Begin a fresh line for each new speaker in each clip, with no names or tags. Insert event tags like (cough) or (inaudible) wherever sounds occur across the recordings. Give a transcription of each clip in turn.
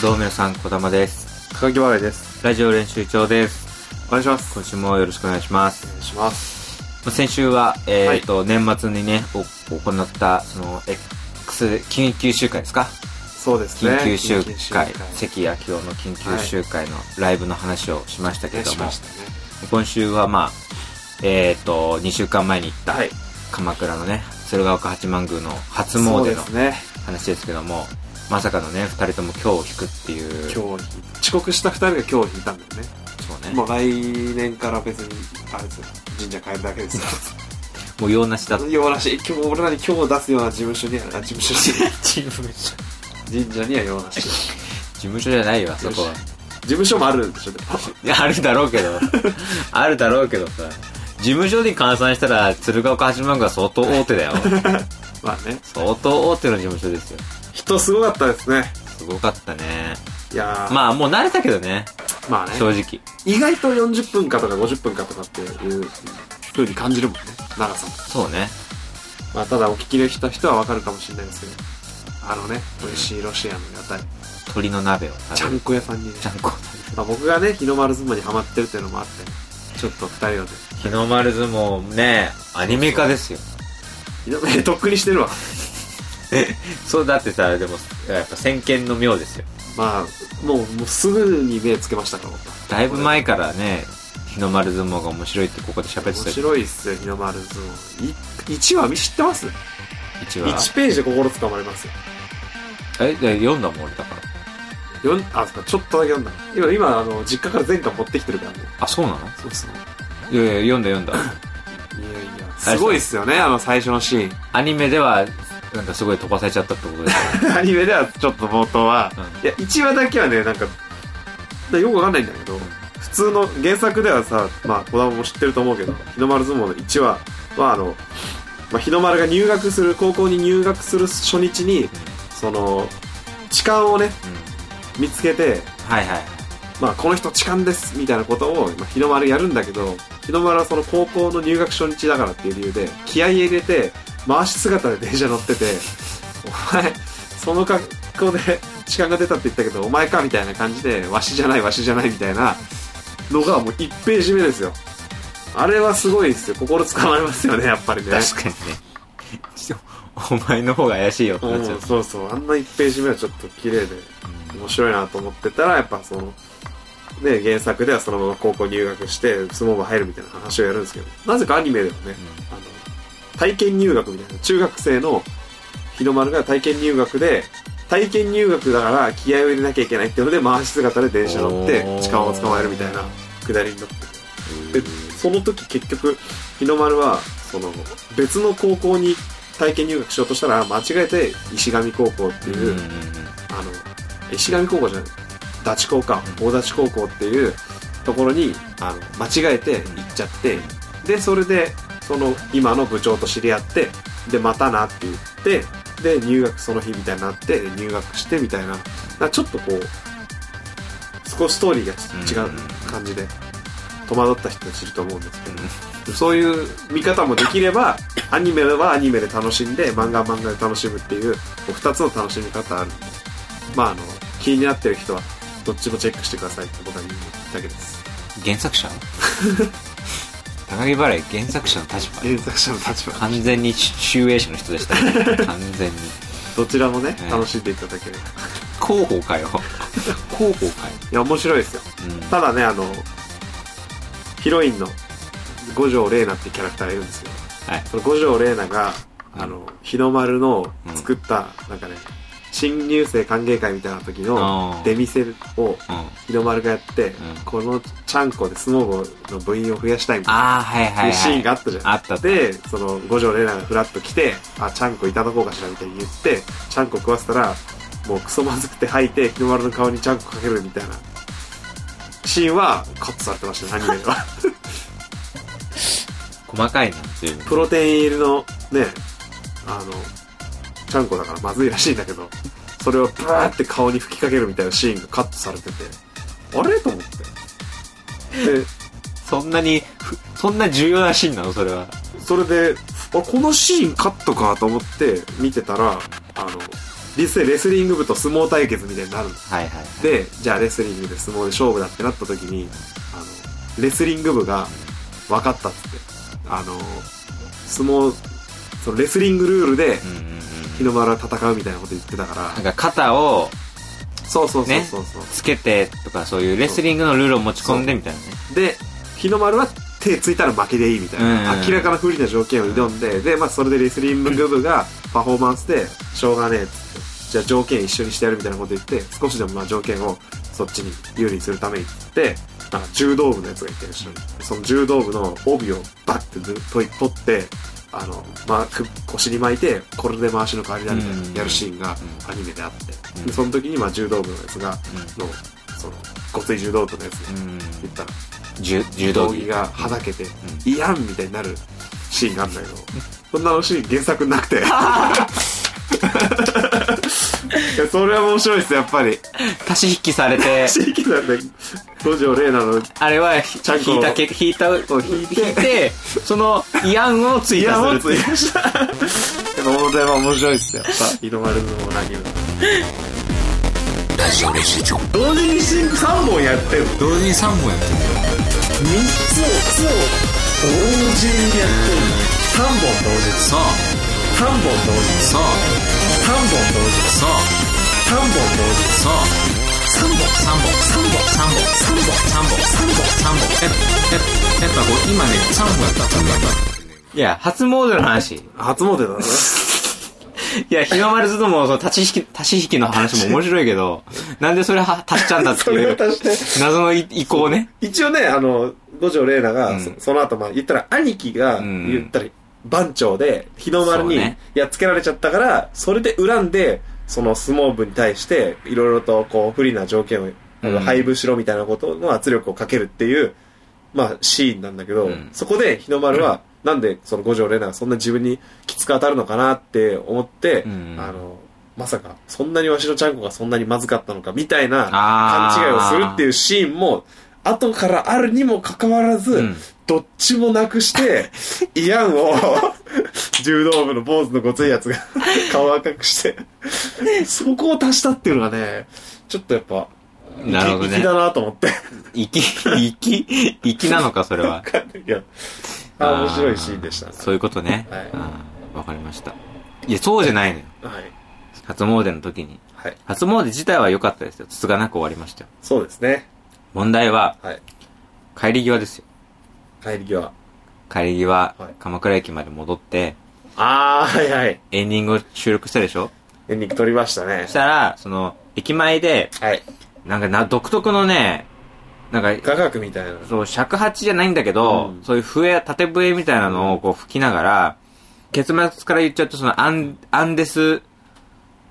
どうも皆さん、こだまです。
高木原です。
ラジオ練習長です。
お願いします。
今週もよろしくお願いします
お。願いします。
まあ先週は、えーと、年末にね、お行った、その、X、緊急集会ですか
そうですね。
緊急集
緊急集
会、関明夫の緊急集会のライブの話をしましたけれ
ね
ど
し
も、
ましたね。
今週はまあ、えーと、2週間前に行った、
はい。
鎌倉のね、鶴岡八幡宮の初
そう
詣
で
の
すね。
話ですけども、まさかのね、二人とも今日を引くっていう。
今日を引い遅刻した二人が今日を引いたんだよね。
そうね。
もう来年から別に、あれですよ。神社変える (laughs) だけですよ。
もう用なしだった。
ようらしい。今日、俺らに今日出すような事務所には、あ事務所に、
事務所。
(laughs) 神社にはようらしい。事
事務所じゃないよ、あそこは
よ。務所もあるんでしょ、でも。
いやあるだろうけ (laughs) ど。あるだろうけどさ。事務所に換算したら、鶴岡八幡宮は相当大手だよ。
まあね。
相当大手の事務所ですよ。
人すごかったですね。
すごかったね。
いやー
まあ、もう慣れたけどね。
まあね。
正直。
意外と40分かとか50分かとかっていう風に感じるもんね。長さも。
そうね。
まあ、ただお聞きできた人はわかるかもしれないですけど、あのね、美味しいロシアの屋台、
鶏の鍋を
ち
食
ゃ
べ
ん
る。
こ屋さんにね、
ちゃんこ。
まあ、僕がね、日の丸相撲にハマってるっていうのもあって、ちょっと二人をね、
日の丸相撲ね、アニメ化ですよ。
日の丸、とっくにしてるわ。
そうだってさ、でも、やっぱ先見の妙ですよ。
まあ、もう、もうすぐに目つけましたから、僕は
だいぶ前からね、日の丸相撲が面白いってここで喋
面
ってた
白いっすよ、日の丸相撲。1話知ってます
一話。
?1 ページで心つかまれますよ。
え、で読んだもん俺だから。
よんあ、そうかちょっとだけ読んだ。今、今、あの、実家から全巻持ってきてるからね。
あ、そうなの
そうそう。
いやいや、読んだ読 (laughs) んだ。
いやいや、すごいっすよね、あの最初のシーン。
アニメでは、なんかすごい飛ばされちゃったってことでし (laughs)
(laughs) アニメではちょっと冒頭は、
う
いや1話だけはねなんかだよくわかんないんだけど普通の原作ではさまあ子供も知ってると思うけど日の丸相撲の1話はあの、まあ、日の丸が入学する高校に入学する初日にその痴漢をね
ょ。うん。
見つけて
はいはい。
まあこの人痴漢ですみたいなことを、まあ、日の丸やるんだけど日の丸はその高校の入学初日だからっていう理由で気合い入れて回し姿で電車乗ってて「お前その格好で痴漢が出たって言ったけどお前か」みたいな感じで「わしじゃないわしじゃない」みたいなのがもう1ページ目ですよあれはすごいですよ心つかまれますよねやっぱりね
確かにね。ちょお前の方が怪しいよってなっちゃ
う。
うん
そうそうあんな1ページ目はちょっと綺麗で面白いなと思ってたらやっぱそのね原作ではそのまま高校入学して相撲部入るみたいな話をやるんですけどなぜかアニメではねあの体験入学みたいな中学生の日の丸が体験入学で体験入学だから気合を入れなきゃいけないっていうので回し姿で電車乗って
おー
痴漢を捕まえるみたいな下りになって
うん
でその時結局日の丸はその別の高校に体験入学しようとしたら間違えて石上高校って
う
い
ん
う、
うんうん
あの石上高校じゃないダチ高か大ダチ高校っていうところにあの間違えて行っちゃってでそれでその今の部長と知り合ってでまたなって言ってで入学その日みたいになってで入学してみたいななちょっとこう少しストーリーが違う感じで戸惑った人たちいると思うんですけどそういう見方もできればアニメはアニメで楽しんで漫画は漫画で楽しむっていうこう二つの楽しみ方あるんでまああの気になってる人はどっちもチェックしてくださいってことは言うだけです
原作者 (laughs) 高木原井原作者の立場。
原作者の立場
完全に集英者の人でした (laughs) ね。完全に。
どちらもね
ええ
楽しんでいただければい
(laughs) 広報かよ。広報かよ。
や面白いですよ
うん
ただねあのヒロインの五条玲奈ってキャラクターがいるんですよ
はい。
その五条玲奈があの日の丸の
うん
作った、なんかね新入生歓迎会みたいな時
あ
の
ー
出店を
うん。
日の丸がやって、
ん
このちゃんこで相撲部の部員を増やしたいみたいな
ああ、はいはい
い
は
う
い。
シーンがあったじゃん、
あったあった
でその五条玲奈がフラッと来て「あちゃんこいただこうかしら」みたいに言ってちゃんこ食わせたらもうクソまずくて吐いて日の丸の顔にちゃんこかけるみたいなシーンはカットされてましたねア
(laughs)
ニメでは
細かいな、随分。
プロテイン入りのねあのちゃんこだからまずいらしいんだけどそれをブワーって顔に吹きかけるみたいなシーンがカットされててあれと思ってで
そんなにふ、そんな重要なシーンなのそれは。
それで、あ、このシーンカットかと思って見てたら、あの、実際レスリング部と相撲対決みたいになるんです
はいはいはい。
でじゃあレスリングで相撲で勝負だってなった時にあのレスリング部が分かったっつってあの相撲そのレスリングルールで
うんうん
日の丸は戦うみたいなこと言ってたか
うん。なんか肩を
らそうそうそうそうそう、
つけてとかそういうレスリングのルールを持ち込んでみたいなね。
で日の丸は手ついたら負けでいいみたいな、
うんうん
明らかな不利な条件を挑んで、で、まあ、それでレスリング部がパフォーマンスでしょうがねえっつってじゃあ条件一緒にしてやるみたいなこと言って少しでもまあ条件をそっちに有利にするためにっつってなんか柔道部のやつがいて後ろにその柔道部の帯をバッてずっと取ってあの、まあ、く腰に巻いてこれで回しの代わりだみたいなやるシーンがアニメであって、
うん
でその時にまあ柔道部のやつがのそのごつい柔道部のやつ
う
で
ん。うん。
言ったら
柔柔道
道
着
着。がはだけて、いやんみたいになるシーンがあるんだけど、そんなのシーン原作なくて。いやそれは面白いです、やっぱり。
足し引きされ
(laughs)
て、
地域なんで、五条玲奈の、
あれはひ
ゃんこ
引いたけ、引いた、
引いて
引いて、その慰安を追
い
加
や
す
ん
る
を
ってい
追
う。
加した。やっぱ、この題は面白いですよ。やっぱ、井の丸のうなぎの。同時にシンク3本やってる
同時に3本やってる。
3つを同時にやってる3本同時
そう、
3本同時
そう、
3本同時
そう、
3本同時
そう。3本、3本、3本、3本、3本、3本、3本、3本。え、え、やっぱこう、今ね、3本やった、3本やった。いや、初詣の話。い
初詣だね
や、日の丸ずども、その、立ち引き、足し引きの話も面白いけど、なんでそれは足しちゃうんだって
それ
い
を
う、
足して
謎のい意向ね。
一応ねあの五条玲奈が、
うん
そその後まあ言ったら兄貴が
うん
言ったり、番長で日の丸に
そうね
やっつけられちゃったからそ,、れで恨んでその相撲部に対していろいろとこう不利な条件を、あの
うん
配布しろみたいなことの圧力をかけるっていう、まあ、シーンなんだけど、
うん
そこで日の丸は、なんでその五条玲奈がそんな自分にきつく当たるのかなって思って、
うん
あのまさかそんなにわしのちゃんこがそんなにまずかったのかみたいな
あ
勘
ー
違いをするっていうシーンも後からあるにもかかわらず、
うん
どっちもな
(laughs)
くして、イアンを、 (laughs) 柔道部の坊主のごついやつ
(laughs)
が顔赤くして、そこを足したっていうのがね、ちょっとやっぱ、
なるほど
粋
ね。
だなと思って。
粋、粋、粋なのか、それは。
いや、 (laughs) あ面白いシーンでしたね
あーそういうことね。
はい
あーわかりました。いや、そうじゃないのよ。
はい。
初詣の時に。
はい。
初詣自体は良かったですよ。つつがなく終わりましたよ。
そうですね。
問題は、
はい。
帰り際ですよ。
帰り際。
帰り際、
はい
鎌倉駅まで戻って、
あー、はいはい。
エンディングを収録したでしょ
エンディング撮りましたね
そし。たら、その、駅前で、
はい。
なんかな、独特のね、なんか、
画角みたいな。
そう、尺八じゃないんだけど、
うん
そういう笛、縦笛みたいなのをこう吹きながら、結末から言っちゃうと、そのアン、アンデス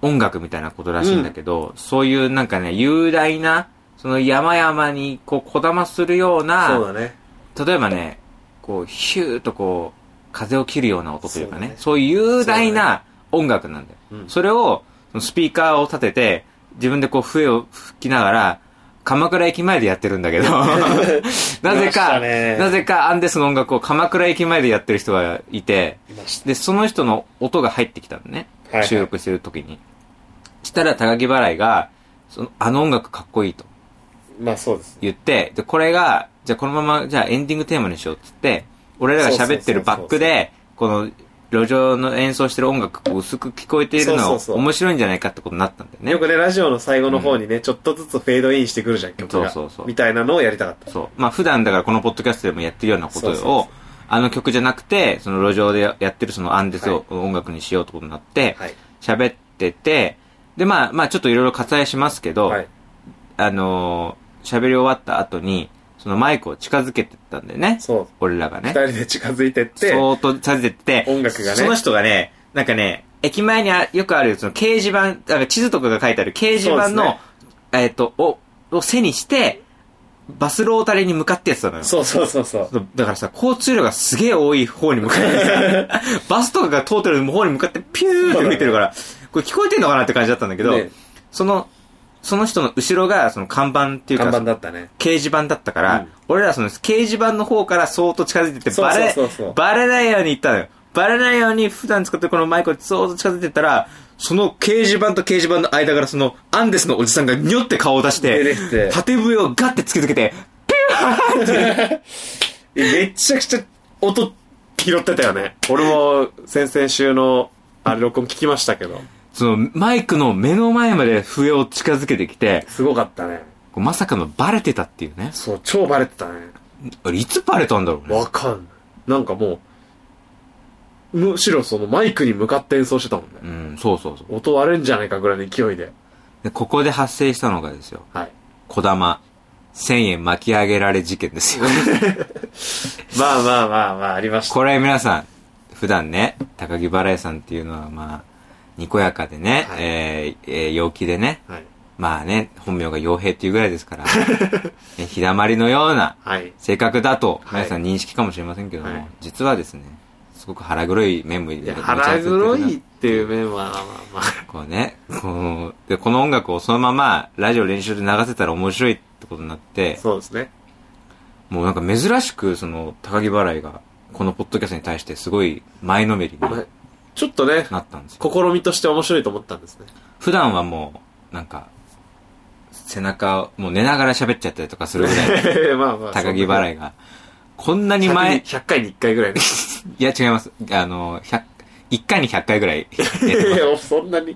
音楽みたいなことらしいんだけど、そういうなんかね、雄大な、その山々にこう、こだまするよう
そう
な、
だね。
例えばね、こう、ヒューとこう、風を切るような音というかね、そう
そうだね
いう雄大な音楽なんだよ。
うん
それを、そのスピーカーを立てて、自分でこう笛を吹きながら、鎌倉駅前でやってるん
(laughs)
だけど、なぜ
ました
か、
ね
なぜかアンデスの音楽を鎌倉駅前でやってる人がいて、
いました。
で、その人の音が入ってきたのね、
はいはい
収録してる時に。したら高木払いが、その、あの音楽かっこいいと
まあそうです。
言って、で、これが、じゃあこのまま、じゃあエンディングテーマにしようってって、俺らが喋ってるバックで、この、路上の演奏してる音楽が薄く聞こえている
そ
の
うそう
が
そう
面白いんじゃないかってことになったんだよね。
よくね、ラジオの最後の方にね、ちょっとずつフェードインしてくるじゃん、曲が。
そうそうそう
みたいなのをやりたかった。
そう。まあ普段だからこのポッドキャストでもやってるようなこと
そうそうそ
を、あの曲じゃなくて、その路上でやってるそのアンデスを音楽にしようってことになって、
はい。
喋ってて、でまあ、まあちょっといろいろ割愛しますけど、
はい。
あのー喋り終わった後に、そのマイクを近づけてったんだよね。
そう。
俺らが
二
ね。
人で近づいてって、
そーっと近づけてて、
音楽がね
その人がね、なんかね、駅前にあよくあるその掲示板、なんか地図とかが書いてある掲示板の、
そうで
えっ、と、を、を背にして、バスロータリーに向かってやってたのよ。
そうそうそうそう。
そうだからさ、交通量がすげえ多い方に向かって
(laughs)
さバスとかが通ってる方に向かってピューって吹いてるから、これ聞こえてんのかなって感じだったんだけど、
ね
その、その人の後ろがその看板っていう
看
か、
板だったね。
掲示板だったから、
うん
俺らその掲示板の方からそーっと近づいてってバレ
そうそうそうそう
バレないように行ったのよ。バレないように普段使ってるこのマイクをそーっと近づいてったら、その掲示板と掲示板の間からそのアンデスのおじさんがニョって顔を出し
出
て
てきて、
縦笛をガッて突きつけて、
めちゃくちゃ音拾ってたよね。俺も先々週のあれ録音聞きましたけど、
そのマイクの目の前まで笛を近づけてきて、
すごかったね。
こうまさかのバレてたっていうね。
そう、超バレてたね。
あれいつバレたんだろうね。
わかんない。なんかもう、むしろそのマイクに向かって演奏してたもん
う
ね。
ん、そうそうそう。
音割れんじゃないかぐらいの勢いで。
で、ここで発生したのがですよ、
はい。
小玉、1000円巻き上げられ事件です
(laughs)
よ。
まあまあまあまあ、ありまし。
これ皆さん、普段ね、高木バラエさんっていうのはまあ、にこやかでね、
はい
えーえー陽気でね、
はい。
まあね、本名が陽平っていうぐらいですから、 (laughs) ね日だまりのような
はい。
性格だと、
は
皆
い
さん認識かもしれませんけども、
はい
実はですね、すごく腹黒い面もい
いや、
る。
腹黒いっていう面は、まあまあ
こうね、こう、で、この音楽をそのままラジオ練習で流せたら面白いってことになっ
まあ。
て、
そうですね。
もうなんか珍しく、その、高木払いが、このポッドキャストに対してすごい前のめりに
まあちょっとね、
なったんですよ。
試みとして面白いと思ったんですね。
普段はもう、なんか、背中を、もう寝ながら喋っちゃったりとかするぐらい、
(laughs) まあ (laughs) まあ。
高木払
い。
いが、こんなに
100
前、
100回に1回ぐらいね。
いや違います。あの、100、1回に100回ぐらい (laughs) やってます
いやそんなに、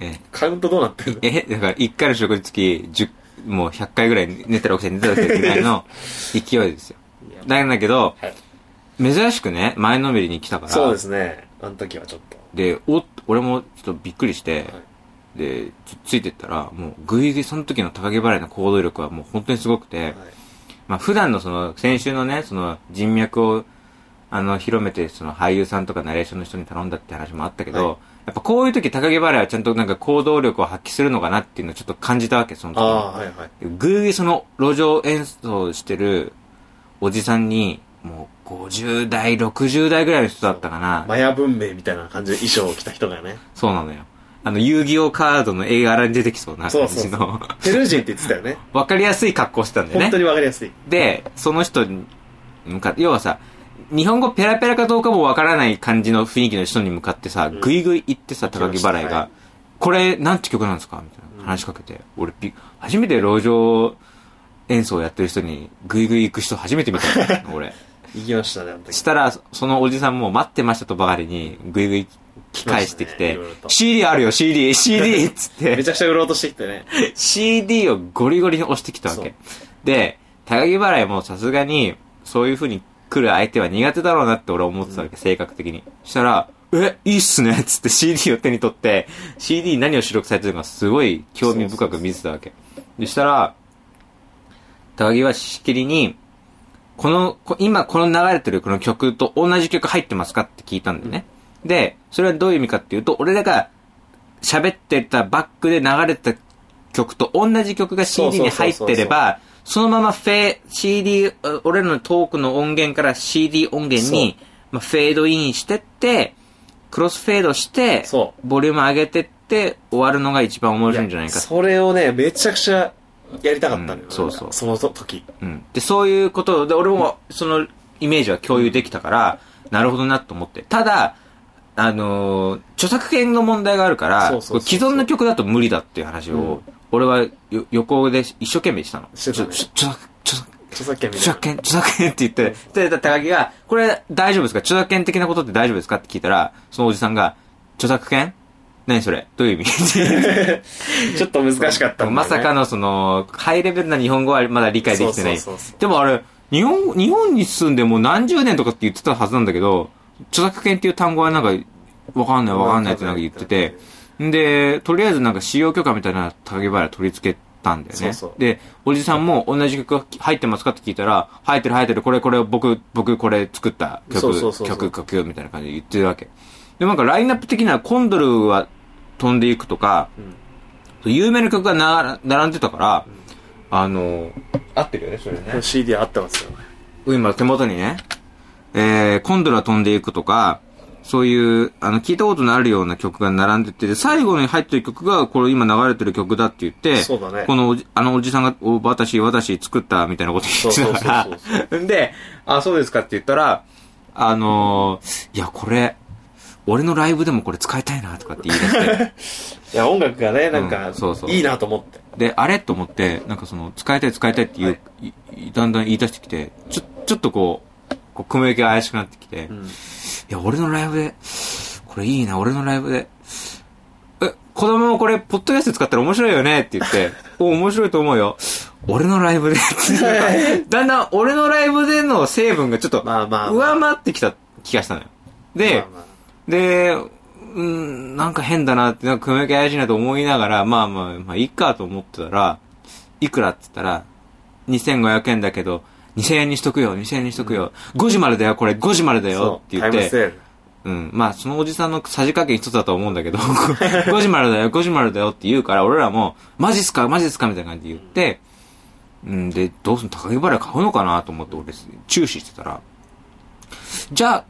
え
カウントどうなってるの
え、だから1回の食事付き、10、もう100回ぐらい寝たら起きて寝たら起きてぐらいの
(laughs)
勢いですよ。なんだけど、
はい
珍しくね、前のめりに来たから、
そうですね。あの時はちょっと。
で、おっ俺もちょっとびっくりして、
は
で、つついてったら、もう、ぐいぐい、その時の高木払いの行動力はもう本当にすごくて、
はい
まあ普段のその、先週のね、その人脈を、あの、広めて、その俳優さんとかナレーションの人に頼んだって話もあったけど、
はい
やっぱこういう時高木払いはちゃんとなんか行動力を発揮するのかなっていうのをちょっと感じたわけ、その時
あ
に。
あ、はいはい。
ぐいぐいその路上演奏してるおじさんに、もう50代、60代ぐらいの人だったかな。
マヤ文明みたいな感じの衣装を着た人が (laughs) ね。
そうなのよ。あの、遊戯王カードの絵柄に出てきそうな
そ
感
うそう
じ
そ
の、
ペルー人って言ってたよね。
(laughs) わかりやすい格好してたんだよ
本
ね
当。にわかりやすい。
で、その人に向かって、要はさ、日本語ペラペラかどうかもわからない感じの雰囲気の人に向かってさ、
ん
ぐいぐい行ってさ、高木払い
行きました
が、
はい
これ、なんて曲なんですかみたいな話しかけて、俺び、初めて路上演奏やってる人に、ぐいぐい行く人初めて見たの
(laughs)
俺。
行きま (laughs) したね、あの時。
したら、そのおじさんも待ってましたとばかりに、ぐいぐいき返してき
来ましたね
て
いろいろ、と
CD あるよ、CD、CD! っつって
め。ちゃくちゃ売ろうとしてきてね。
CD をゴリゴリに押してきたわ
そう
け。で、高木払いもさすがに、そういう風に来る相手は苦手だろうなって俺思ってたわけ、性格的に。したら、え、いいっすねっつって CD を手に取って、CD に何を収録されてるのかすごい興味深く見てたわけ。でしたら、高木はしきりに、この、こ今この流れてるこの曲と同じ曲入ってますかって聞いたんだよね。で、それはどういう意味かっていうと、俺らが喋ってたバックで流れてた曲と同じ曲が CD に入ってれば、そのままフェー、CD、あ俺らのトークの音源から CD 音源に、まあ、フェードインしてって、クロスフェードして
そ、
ボリューム上げてって終わるのが一番面白いんじゃないかって
それをね、めちゃくちゃやりたかったのよ
うん。そうそう
その時。
うん。で、そういうことで、俺もそのイメージは共有できたから、なるほどなと思って。ただ、あのー著作権の問題があるから、
そうそうそうそう
これ既存の曲だと無理だっていう話を、俺はよ予行で一生懸命したの。
してたね
ちょちょちょちょ
著作権み
著
たい
作権、著作権って言って、で、高木が、これ大丈夫ですか著作権的なことって大丈夫ですかって聞いたら、そのおじさんが、著作権何それどういう意味
な。ちょっと難しかったんだよね
まさかのその、ハイレベルな日本語はまだ理解できてない。
そうそうそう
でもあれ、日本、日本に住んでもう何十年とかって言ってたはずなんだけど、著作権っていう単語はなんか、わかんないわかんないってなんか言ってて、んで、とりあえずなんか使用許可みたいな竹原取り付けたんだよね。
そうそう
で、おじさんも同じ曲が入ってますかって聞いたら、入ってる入ってる、これこれ僕、僕これ作った曲、
そうそうそうそう
曲、曲みたいな感じで言ってるわけ。で、なんかラインナップ的にはコンドルは飛んでいくとか、
うん
有名な曲がなら並んでたから、あの、合ってるよね、それね
この CD あってますよ。
今手元にね、えー、コンドラ飛んでいくとか、そういう、あの、聞いたことのあるような曲が並んでて、で最後に入ってる曲が、これ今流れてる曲だって言って、
そうだね
このおじ、あのおじさんが、お私、私作ったみたいなこと言ってたから、 (laughs)
そうそうそ
んで、あ、そうですかって言ったら、あのーいや、これ、俺のライブでもこれ使いたいなとかって言い出
(laughs)
して、
いや、音楽がね、なんか、
うんそうそう
いいなと思って。
で、あれと思って、なんかその、使いたい使いたいっていう、いだんだん言い出してきて、ちょ、ちょっとこう、こう、雲行きが怪しくなってきて、いや、俺のライブで、これいいな、俺のライブで、え、子供もこれ、ポッドキャスト使ったら面白いよねって言って、お、面白いと思うよ。俺のライブ
(laughs)
で、だんだん俺のライブでの成分がちょっと、
まあまあまあ
上回ってきた気がしたのよ。で、
まあまあ
で、うん、なんか変だなって、なんか雲行き怪しいなと思いながら、まあまあ、まあ、いいかと思ってたら、いくらって言ったら、2500円だけど、2000円にしとくよ、2000円にしとくよ、5時までだよ、これ5時までだよって言っ
そうタイムセ
て、
ール
うん、まあそのおじさんのさじ加減一つだと思うんだけど、5時までだよ、5時までだよって言うから、俺らも、マジっすか、マジっすかみたいな感じで言って、うん、で、どうすんの高木原買うのかなと思って俺、注視してたら、じゃあ、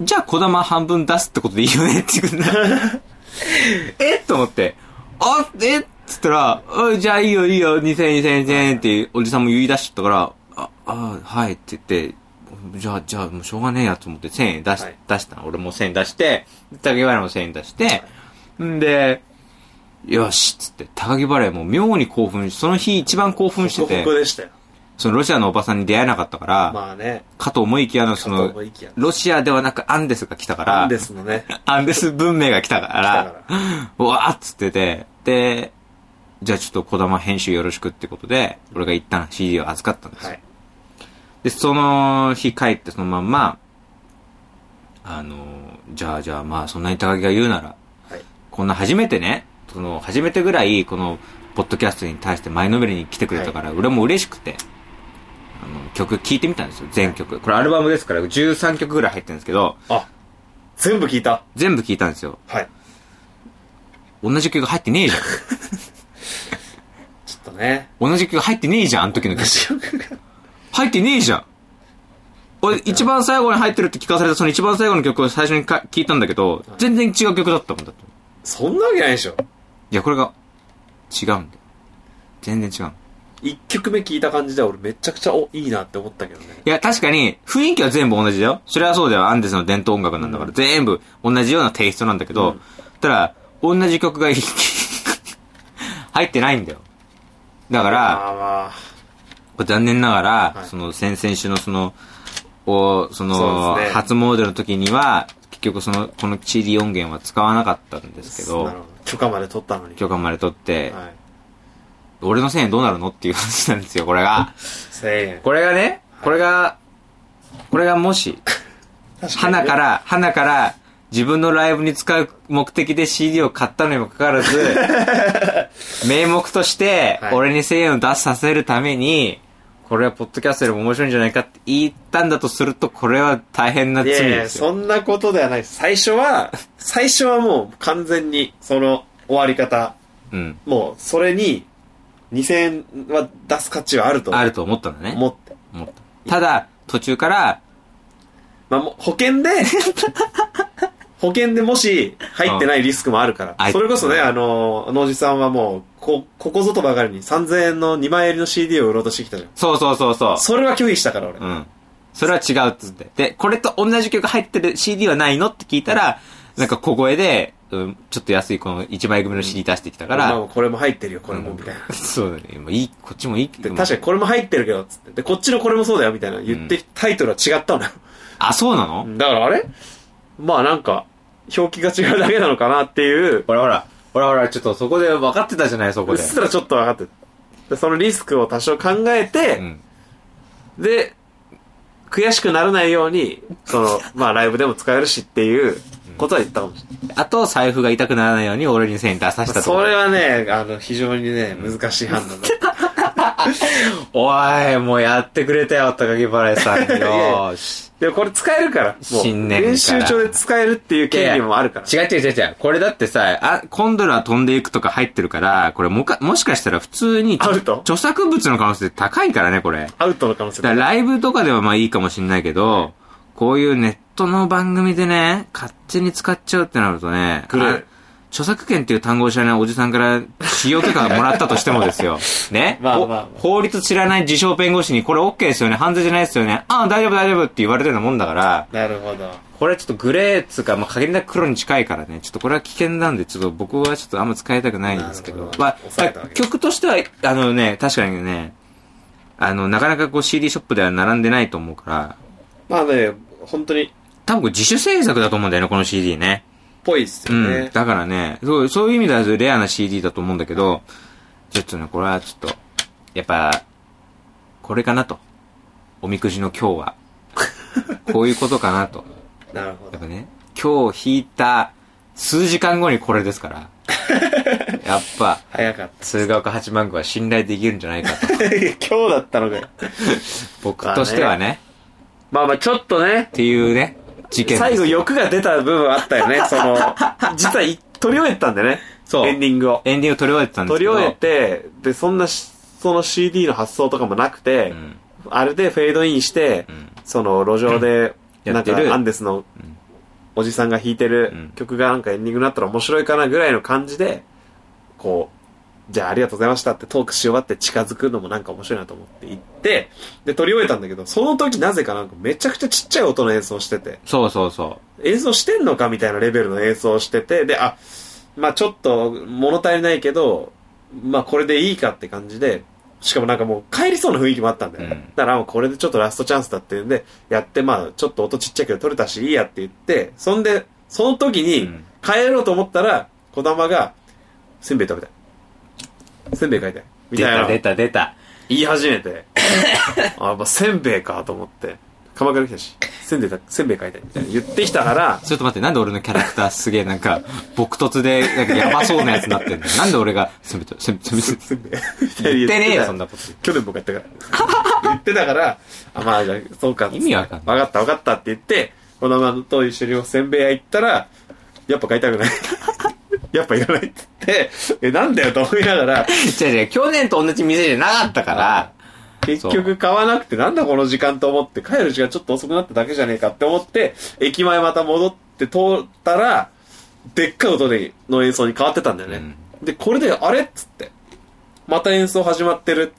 じゃあ小玉半分出すってことでいいよね (laughs) って言うんだ。えと思って、あえっつったら、うんじゃあいいよいいよ、2000円、2000円、2000円っておじさんも言い出しちゃったから、あ、あはいって言って、じゃあ、じゃあもうしょうがねえやと思って1000円出し、
はい
出したの。俺も1000円出して、高木原も1000円出して、んで、よしっつって、高木原も妙に興奮し、その日一番興奮して
ホク
て
ホ、クでしたよ。
そのロシアのおばさんに出会えなかったから、
まあね。
かと思いきやのそ
かと
の
思いきや、
ロシアではなくアンデスが来たから、
アンデスのね。
アンデス文明が来たか
来
ら
た、
うわーっつってて、で、じゃあちょっと小玉編集よろしくってことで、俺が一旦 CD を預かったんですよ。
はい。
で、その日帰ってそのまんま、あの、じゃあじゃあまあそんなに高木が言うなら、
はい。
こんな初めてね、その初めてぐらい、この、ポッドキャストに対して前のめりに来てくれたから、俺も嬉しくて、あの、曲聴いてみたんですよ、全曲。これアルバムですから、13曲ぐらい入ってるんですけど、
あ、全部聞いた。
全部聴いたんですよ。
はい。
同じ曲入ってねえじゃん。
ちょっとね。 (laughs)
同じ曲入ってねえじゃん、あの時の曲。入ってねえじゃん。俺、一番最後に入ってるって聞かされた、その一番最後の曲を最初にか聞いたんだけど、全然違う曲だったもんだって。
そんなわけないでしょ。
いや、これが、違うんだよ。全然違う。
一曲目聞いた感じでは俺めちゃくちゃ、お、いいなって思ったけどね。
いや、確かに、雰囲気は全部同じだよ。それはそうだよ。アンデスの伝統音楽なんだから、全部同じようなテイストなんだけど、ただ、同じ曲がいい (laughs) 入ってないんだよ。だから、
ああまあ。
残念ながら、
はい
その、先々週のその、おその
そうですね
初詣の時には、結局その、この CD 音源は使わなかったんですけ
なる
ど、
ほ許可まで取ったのに。
許可まで取って、
はい。
俺の1000円どうなるのっていう話なんですよ、これが。
1000円。。
これがね、これが、これがもし、花からら、花から、自分のライブに使う目的で CD を買ったのにもかかわらず、
(laughs)
名目として
は、い
俺に1000円を出させるために、これはポッドキャストでも面白いんじゃないかって言ったんだとすると、これは大変ない罪
やいや、
です
そ
よ。
んなことではないです。最初は、最初はもう完全に、その、終わり方。
うん。
もう、それに、2000円は出す価値はあると
あると思ったんだね。
思って。
思った。ただ、途中から、
まあ、もう保
(laughs)
険で、保険でもし入ってないリスクもあるか
あ
ら。それこそね、あの、農事さんはもう、こ、ここぞとばかりに3000円の2枚入りの CD を売ろうとしてきたじゃん。
そうそうそうそう。
それは拒否したから俺。
うん。それは違うっつって。で、これと同じ曲入ってる CD はないのって聞いたら、なんか小声で、うん、ちょっと安いこの1枚組の CD 出してきたか
ま
ら、
あ、これも入ってるよ、これも、みたいな。
(laughs) そうだね。もういい、こっちもいいけ
で
ど。
確かにこれも入ってるけど、つって。で、こっちのこれもそうだよ、みたいな。言って、タイトルは違ったのよ。
あ、そうなの、
だからあれまあなんか、表記が違うだけなのかなっていう、
ほらほら、ほらほら、ちょっとそこで分かってたじゃない、そうこ
っ
で。
すらちょっと分かってた。でそのリスクを多少考え
う
て、
ん。
で、悔しくならないように、その、まあライブでも使えるしっていうことは言ったかもしれない。
あと、財布が痛くならないように俺に1000円出させたと
そ
か
れはね、あの、非常にね、難しい判断だった。
おい、もうやってくれたよ、高木原さん。よー (laughs) し。
でもこれ使えるから、もう、
新年から
練習帳で使えるっていう権利もあるから。
違う違う違う違う。これだってさ、あ、コンドラ飛んでいくとか入ってるから、これもか、もしかしたら普通に、
アウト
著作物の可能性高いからね、これ。
アウトの可能性
だからライブとかではまあいいかもしんないけど、こういうネットの番組でね、勝手に使っちゃうってなるとね、
グレー
あ著作権っていう単語を知らないおじさんから使用許可がもらったとしてもで
(laughs)
すよ。ね、
まあまあまあ
お法律知らない自称弁護士に、これ OK ですよね、犯罪じゃないですよね、ああ、大丈夫大丈夫って言われてるようなもんだから、
なるほど。
これはちょっとグレーっつうか、まあ、限りなく黒に近いからね、ちょっとこれは危険なんで、ちょっと僕はちょっとあんま使いたくないんですけ
な
ど
るほ。ど
ま
抑えたわ
あ、
け
曲としては、あのね、確かにね、あの、なかなかこう CD ショップでは並んでないと思うから、
まあね、本当に、
多分これ自主制作だと思うんだよね、この CD ね。
ぽいっす
う
よね。
ん。だからね、そうそういう意味ではレアな CD だと思うんだけど、ちょっとね、これはちょっと、やっぱ、これかなと。おみくじの今
(laughs)
日は。こういうことかなと。
なるほ
や
ど
っ。ぱね、今日弾いた数時間後にこれです
(laughs)
から。やっぱ、
早かっ
鶴岡八幡宮は信頼できるんじゃないか
(laughs)
と。
た。今日だったのかよ。
僕としてはね、
まあまあ、ちょっとね
っ、ていうね、事件です
最後欲が出た部分あったよね。その、実はい取り終えてたんだよね。
そう
エンディングを。
エンディング取り終えてたんです
取
け
り
ど。
終えて、で、そんなし、その CD の発想とかもなくて、
うん。
あれでフェードインして、
うん。
その路上で、
うん
なんか
(laughs) やってる
アンデスの
うん
おじさんが弾いて
う
る
ん
曲がなんかエンディングになったら面白いかなぐらいの感じで、こう、じゃあありがとうございましたってトークし終わって近づくのもなんか面白いなと思って行って、で、撮り終えたんだけど、その時なぜかなんかめちゃくちゃちっちゃい音の演奏してて、
そうそうそ
演奏してんのかみたいなレベルの演奏をしてて、で、あ、まあちょっと物足りないけど、まあこれでいいかって感じで、しかもなんかもう帰りそうな雰囲気もあったんだよね。
うん
だからもうこれでちょっとラストチャンスだっていうんで、やってまあちょっと音ちっちゃいけど取れたしいいやって言って、そんで、その時
う。う
に
ん
帰ろうと思ったら、小玉が、せんべい食べたい。せんべい買いたい。み
出
たいな
た。出た出た。
言い始
(laughs)
めてあ、まあ、せんべいかと思って鎌倉来たしせんべいだせんべい買いたいみたいな言ってきたから
ちょっと待って、なんで俺のキャラクターすげえなんか、朴突で、なんかやばそうなやつになってんのなんで俺が、せめて、せめて、せめて、
せんべい
言
言
ってねえよ、そん
な
なこと。
去年も買ったから言ってたからあまあじゃあそうか
意味わかんない
分かった分かったって言ってこのままと一緒にせんべい屋行ったらやっぱ買いたくない (laughs) やっぱいらないって言ってえなんだよと思いながら
違う違う、去年と同じ店じゃなかったから、
結局買わなくてなんだこの時間と思って帰る時間ちょっと遅くなっただけじゃねえかって思って駅前また戻って通ったらでっかい音での演奏に変わってたんだよね、でこれであれっつってまた演奏始まってる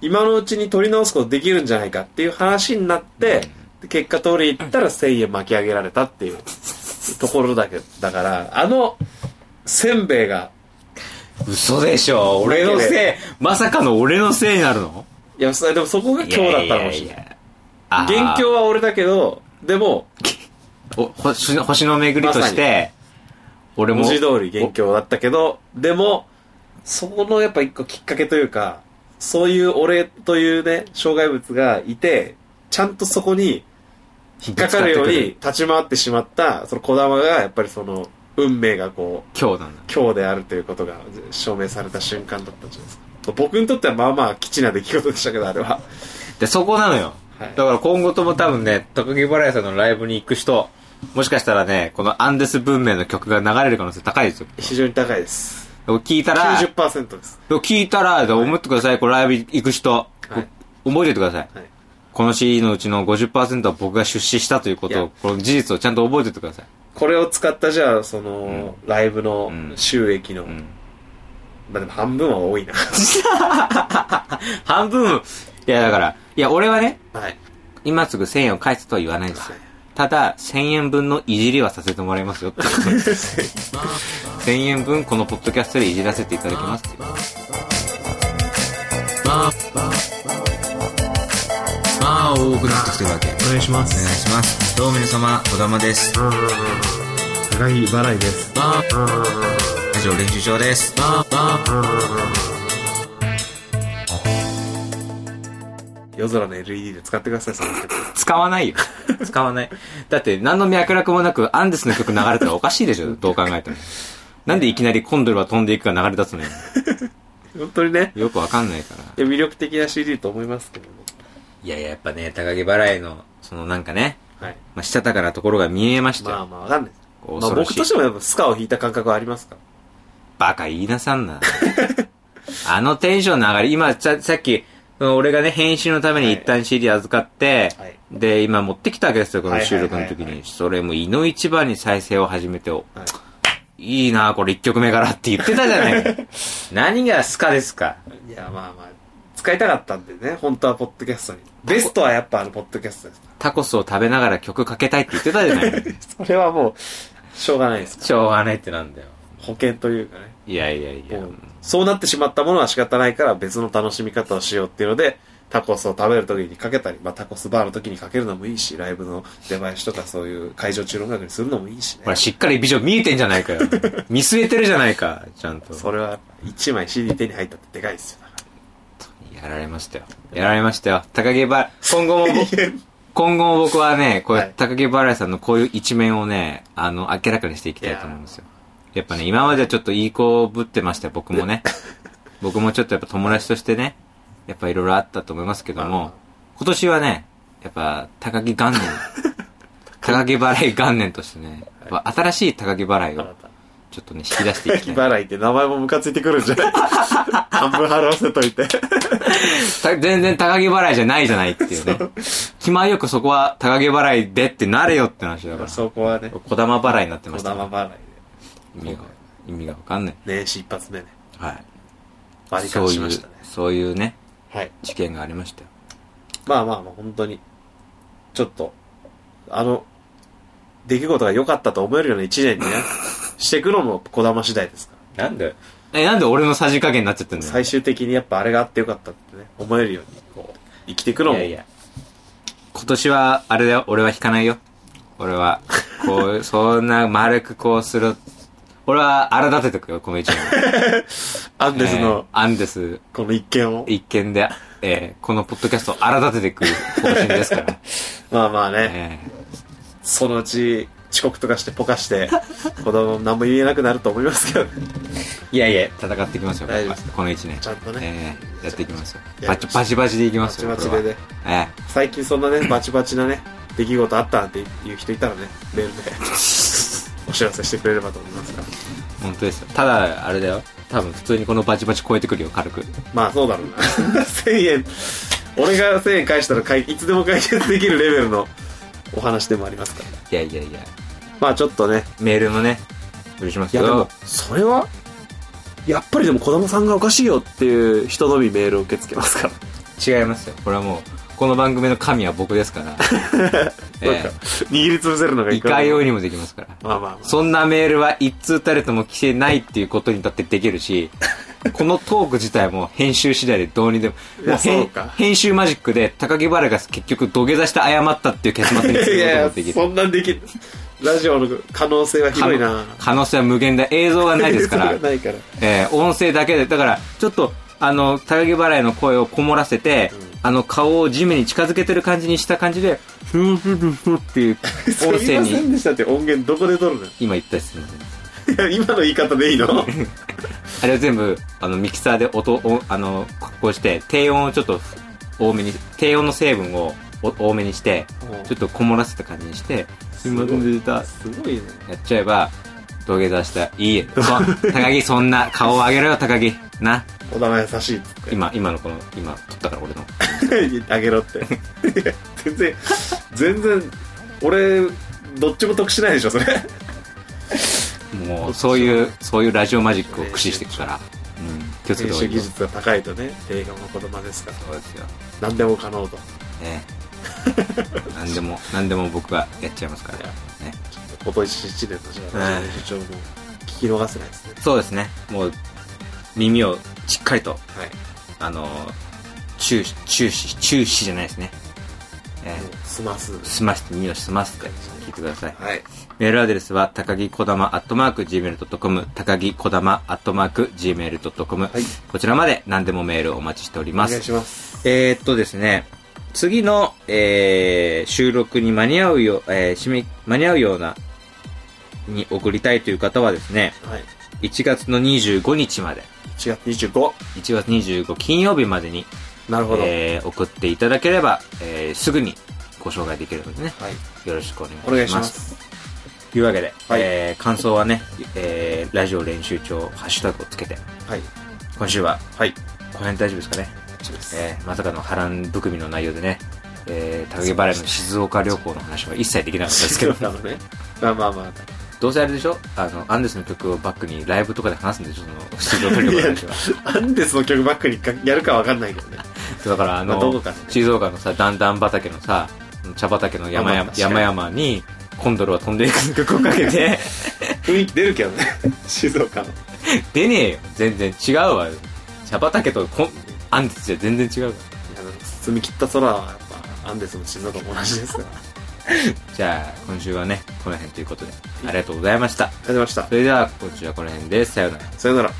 今のうちに取り直すことできるんじゃないかっていう話になって、で結果通り行ったら1000円巻き上げられたっていうところだけだからあのせんべいが
嘘でしょ、俺のせい、まさかの俺のせいになるの
いやそれでもそこが今日だったのかもしれない
い。あー
元凶は俺だけどでも
お星の、星の巡りとして、俺も、
文字通り元凶だったけどでもそこのやっぱ一個きっかけというかそういう俺というね障害物がいてちゃんとそこに
引
引っかかるように、立ち回ってしまったその児玉がやっぱりその運命がこう
今日なんだ。
今日であるということが証明された瞬間だったんじゃないですか僕にとってはまあまあ基地な出来事でしたけどあれは
で、そこなのよ。
はい
だから今後とも多分ね、高木バラヤさんのライブに行く人、もしかしたらね、このアンデス文明の曲が流れる可能性高いですよ。
非常に高いです
聞いたら、
90%です
聞いたら、思ってください、これライブ行く人。
はい
覚えておいてください。
はい
この CD のうちの50%は僕が出資したということ
い
を、
や
この事実をちゃんと覚えておいてください。
これを使ったじゃあその、ライブの収益の、
うん。
まあでも半分は多いな (laughs)
半分、いやだから、いや俺はね、
はい
今すぐ1000円を返すとは言わないですよ。ただ、1000円分のいじりはさせてもらいますよってことです1000円分このポッドキャストでいじらせていただきますっていうまあ、多くなってきてるわけ。お願
お願いしま
いします。どうも皆様、小玉です。
高木払いです
ラジオ練習場です。
夜空の LED で使ってくださいその曲
使わないよ。 (laughs) 使わない。だって、何の脈絡もなく、アンデスの曲流れたらおかしいでし (laughs) ょ、どう考えても。なんでいきなりコンドルは飛んでいくが流れ出すのよ。
本当にね
よくわかんないから。
いや魅力的な CD と思いますけどね
いやいや、やっぱね、高木払いの、そのなんかね、
はい
まあ、したたかなところが見えましたよ。
まあまあわかんないです
こう
まあ、
恐ろし
僕
い
としてもやっぱスカを弾いた感覚はありますから
バカ言いなさんな。 (laughs) あのテンションの上がり、今さ、さっき、その俺がね、編集のために一旦 CD 預かって、
はい
で、今持ってきたわけですよ、この収録の
はいはい
時
はいは
に。それも、いの一番に再生を始めて、
はい
いいなこれ一曲目からって言ってたじゃない (laughs) 何がスカですか
いや、まあまあ、使いたかったんでね、本当はポッドキャストに。ベストはやっぱあの、ポッドキャストです。
タコスを食べながら曲かけたいって言ってたじゃない
それはもう、しょうがないです。
(laughs) しょうがないってなんだよ。
保険というかね。
いやいやいや
もう。そうなってしまったものは仕方ないから別の楽しみ方をしようっていうので、タコスを食べる時にかけたり、まあ、タコスバーの時にかけるのもいいし、ライブの出囃子とかそういう会場中の音楽にするのもいいしね
ほ。ら、しっかりビジョン見えてんじゃないか (laughs) よ。見据えてるじゃないか、ちゃんと。
それは1枚 CD 手に入ったってでかいですよ。
やられましたよ。やられましたよ。高木ば、今後も僕、今後も僕はね、こう、
はい
高木バラエさんのこういう一面をね、あの、明らかにしていきたいと思うんですよ。やっぱね、今まではちょっといい子ぶってましたよ、僕も (laughs) ね。僕もちょっとやっぱ友達としてね、やっぱいろいろあったと思いますけど
まあま
も、今年はね、やっぱ高木 (laughs) 元年、高木バラエ元年としてね、やっぱ新しい高木バラエ
あ
を
なた。
ちょっとね、引き出してい
気
きたい。
払いって名前もムカついてくるんじゃない半分払わせと
(laughs)
いて。
た全然高木払いじゃないじゃないっていうね。気前よくそこは高木払いでってなれよって話だから。
そこはね、
小玉払いになってま
小
したね、
玉払い
意味が、意味がわかんない。
で、年始一発目ね、
はい。
割り
そう
勘し
い
ま
う
したね、。
そういうね、
はい。
事件がありましたよ。
まあまあまあ、本当に、ちょっと、あの、出来事が良かったと思えるような一年に
(laughs)
ね、していくのも小玉次第ですから。
なんで
え、なんで俺のさじ加減になっちゃってんだよ。
最終的にやっぱあれがあって良かったってね、思えるように、こう、生きていく
い
のも、
やいや。今年は、あれだよ、俺は引かないよ。俺は、こう、 (laughs) そんな丸くこうする。俺は荒立ててくよ、この一年。
アンデスの
えー、アンデス
この一件を、
一見で、えーこのポッドキャストを荒立てていく方針ですから。
まあまあね、
え
そのうち、遅刻とかしてポカ
(laughs)
して、子供何も言えなくなると思いますけど、
ーいやいや、戦っていきますよ、
大丈夫です
この一年。
ちゃんとね、
えーやっていきますよ。
や
バ
り
チ
ましょう
バチバチでいきま
バ
す
チ
よ。
バチで
これは
ね、
え
最近そんなね、バチバチなね、出来事あったなんていう人いたらね、メール
(laughs)
で、お知らせしてくれればと思いますから。
え本当ですよ。ただ、あれだよ。多分普通にこのバチバチ超えてくるよ、軽く。
まあそうだろうな (laughs) 1000円俺が1000円返したら解いつでも解決できるレベルのお話でもありますから
いやいやいや。
まあちょっとね
メールもね、許します
い
け
やでも
ど。
それはやっぱりでも子供さんがおかしいよっていう人のみメールを受け付けますから
違いますよ。これはもう、この番組の神は僕です
(laughs)
から。え
なんか握りつぶせるのが
えい
い
か
か
よう
に
にもできますから。
まあまあまあ
そんなメールは一通たりとも来てないっていうことにだってできる
(laughs)
し、このトーク自体も編集次第でどうにでも、
いや
もうへん
そうか
編集マジックで高木原が結局土下座して謝ったっていう結末にす
い
ること
や
も
い
で
や
き
そ
る。
んなんできるラジオの可能性は広いな
可能性は無限だ。映像がないですか
そ
ら
(laughs) れが、ないから
えー音声だけで、だから、ちょっと、あの、高木原への声をこもらせて、あの、顔を地面に近づけてる感じにした感じで、ふんふんふんふんっていう
(laughs) す
音
み
声
ません
に、
でしたって音源どこで撮るのい (laughs)
今言ったりするので。
や今の言い方でいい (laughs) の
あれを全部、あの、ミキサーで音を、あの、こうして、低音をちょっと多めに、低音の成分をお多めにして、ちょっとこもらせた感じにして、すいませんでした。
すごいね
やっちゃえば、土下座した。いいえ。そう (laughs) 高木、そんな顔を上げろよ、高木。な。
お名前優しいっつって
今、今のこの、今、撮ったから俺の。
(laughs) あげろって。いや全然、全然、俺、どっちも得しないでしょ、それ。
もう、そういう、そういうラジオマジックを駆使していくから。うん。気をつけ
編
てほし
集
い
技
よ。
術が高いとね、映画の言葉ですから、
そうですよ。
何でも可能と。
ね。何でも、何でも僕はやっちゃいますから。ね。
今年一年のじゃあ、
うん
編集長も聞き逃せないですね。
そうですね。もう、耳をしっかりと、
はい。
あのー、注視、注視、注視じゃないですね。え
もう済ます。
ー、済ませて、耳を済ませて、聞いてください。
はい。
メールアドレスは、高木こだま、アットマーク、gmail.com、高木こだま、アットマーク、gmail.com
はい。
こちらまで何でもメールお待ちしておりま
お願い
す。
します。
えーっとですね、次の、えー収録に間に合うよ、えー締め、間に合うような、に送りたいという方はですね、
はい。
1月の25日まで、
1月25。
1月25金曜日までに、
なるほど。
えー送っていただければ、えーすぐにご紹介できるのでね、
はい。
よろしくお願いします。
お願いします。
というわけで、
はい
えー感想はね、えーラジオ練習帳、ハッシュタグをつけて、
はい。
今週は、
はい。
この辺大丈夫ですかね。
(laughs) お願いします
えーまさかの波乱含みの内容でね、
(laughs)
えー、高木原の静岡旅行の話は一切できなかったですけど、
あのね。まあまあまあ。
どうせあれでしょあの、アンデスの曲をバックにライブとかで話すんでしょその、静岡旅行の話は。
アンデスの曲ばっかりかやるかわかんないけどね。
そうだからあ
まあどこ
の
かね、
静岡のさ、段々畑のさ、茶畑の山
まあま
々
あ確か
山々
に
に、コンドルは飛んでいく曲をかけ
(laughs)
て、
雰囲気出るけどね。 (laughs) 静岡の。
出ねえよ。全然違うわ。茶畑とコンアンデスじゃ全然違うか
あの包み切った空はやっぱアンデスの沈んだと同じですから (laughs) あ
ら。じゃあ、今週はね、この辺ということで、ありがとうございました。
りがとうございました
それでは、今週はこの辺です。さようなら。
さよなら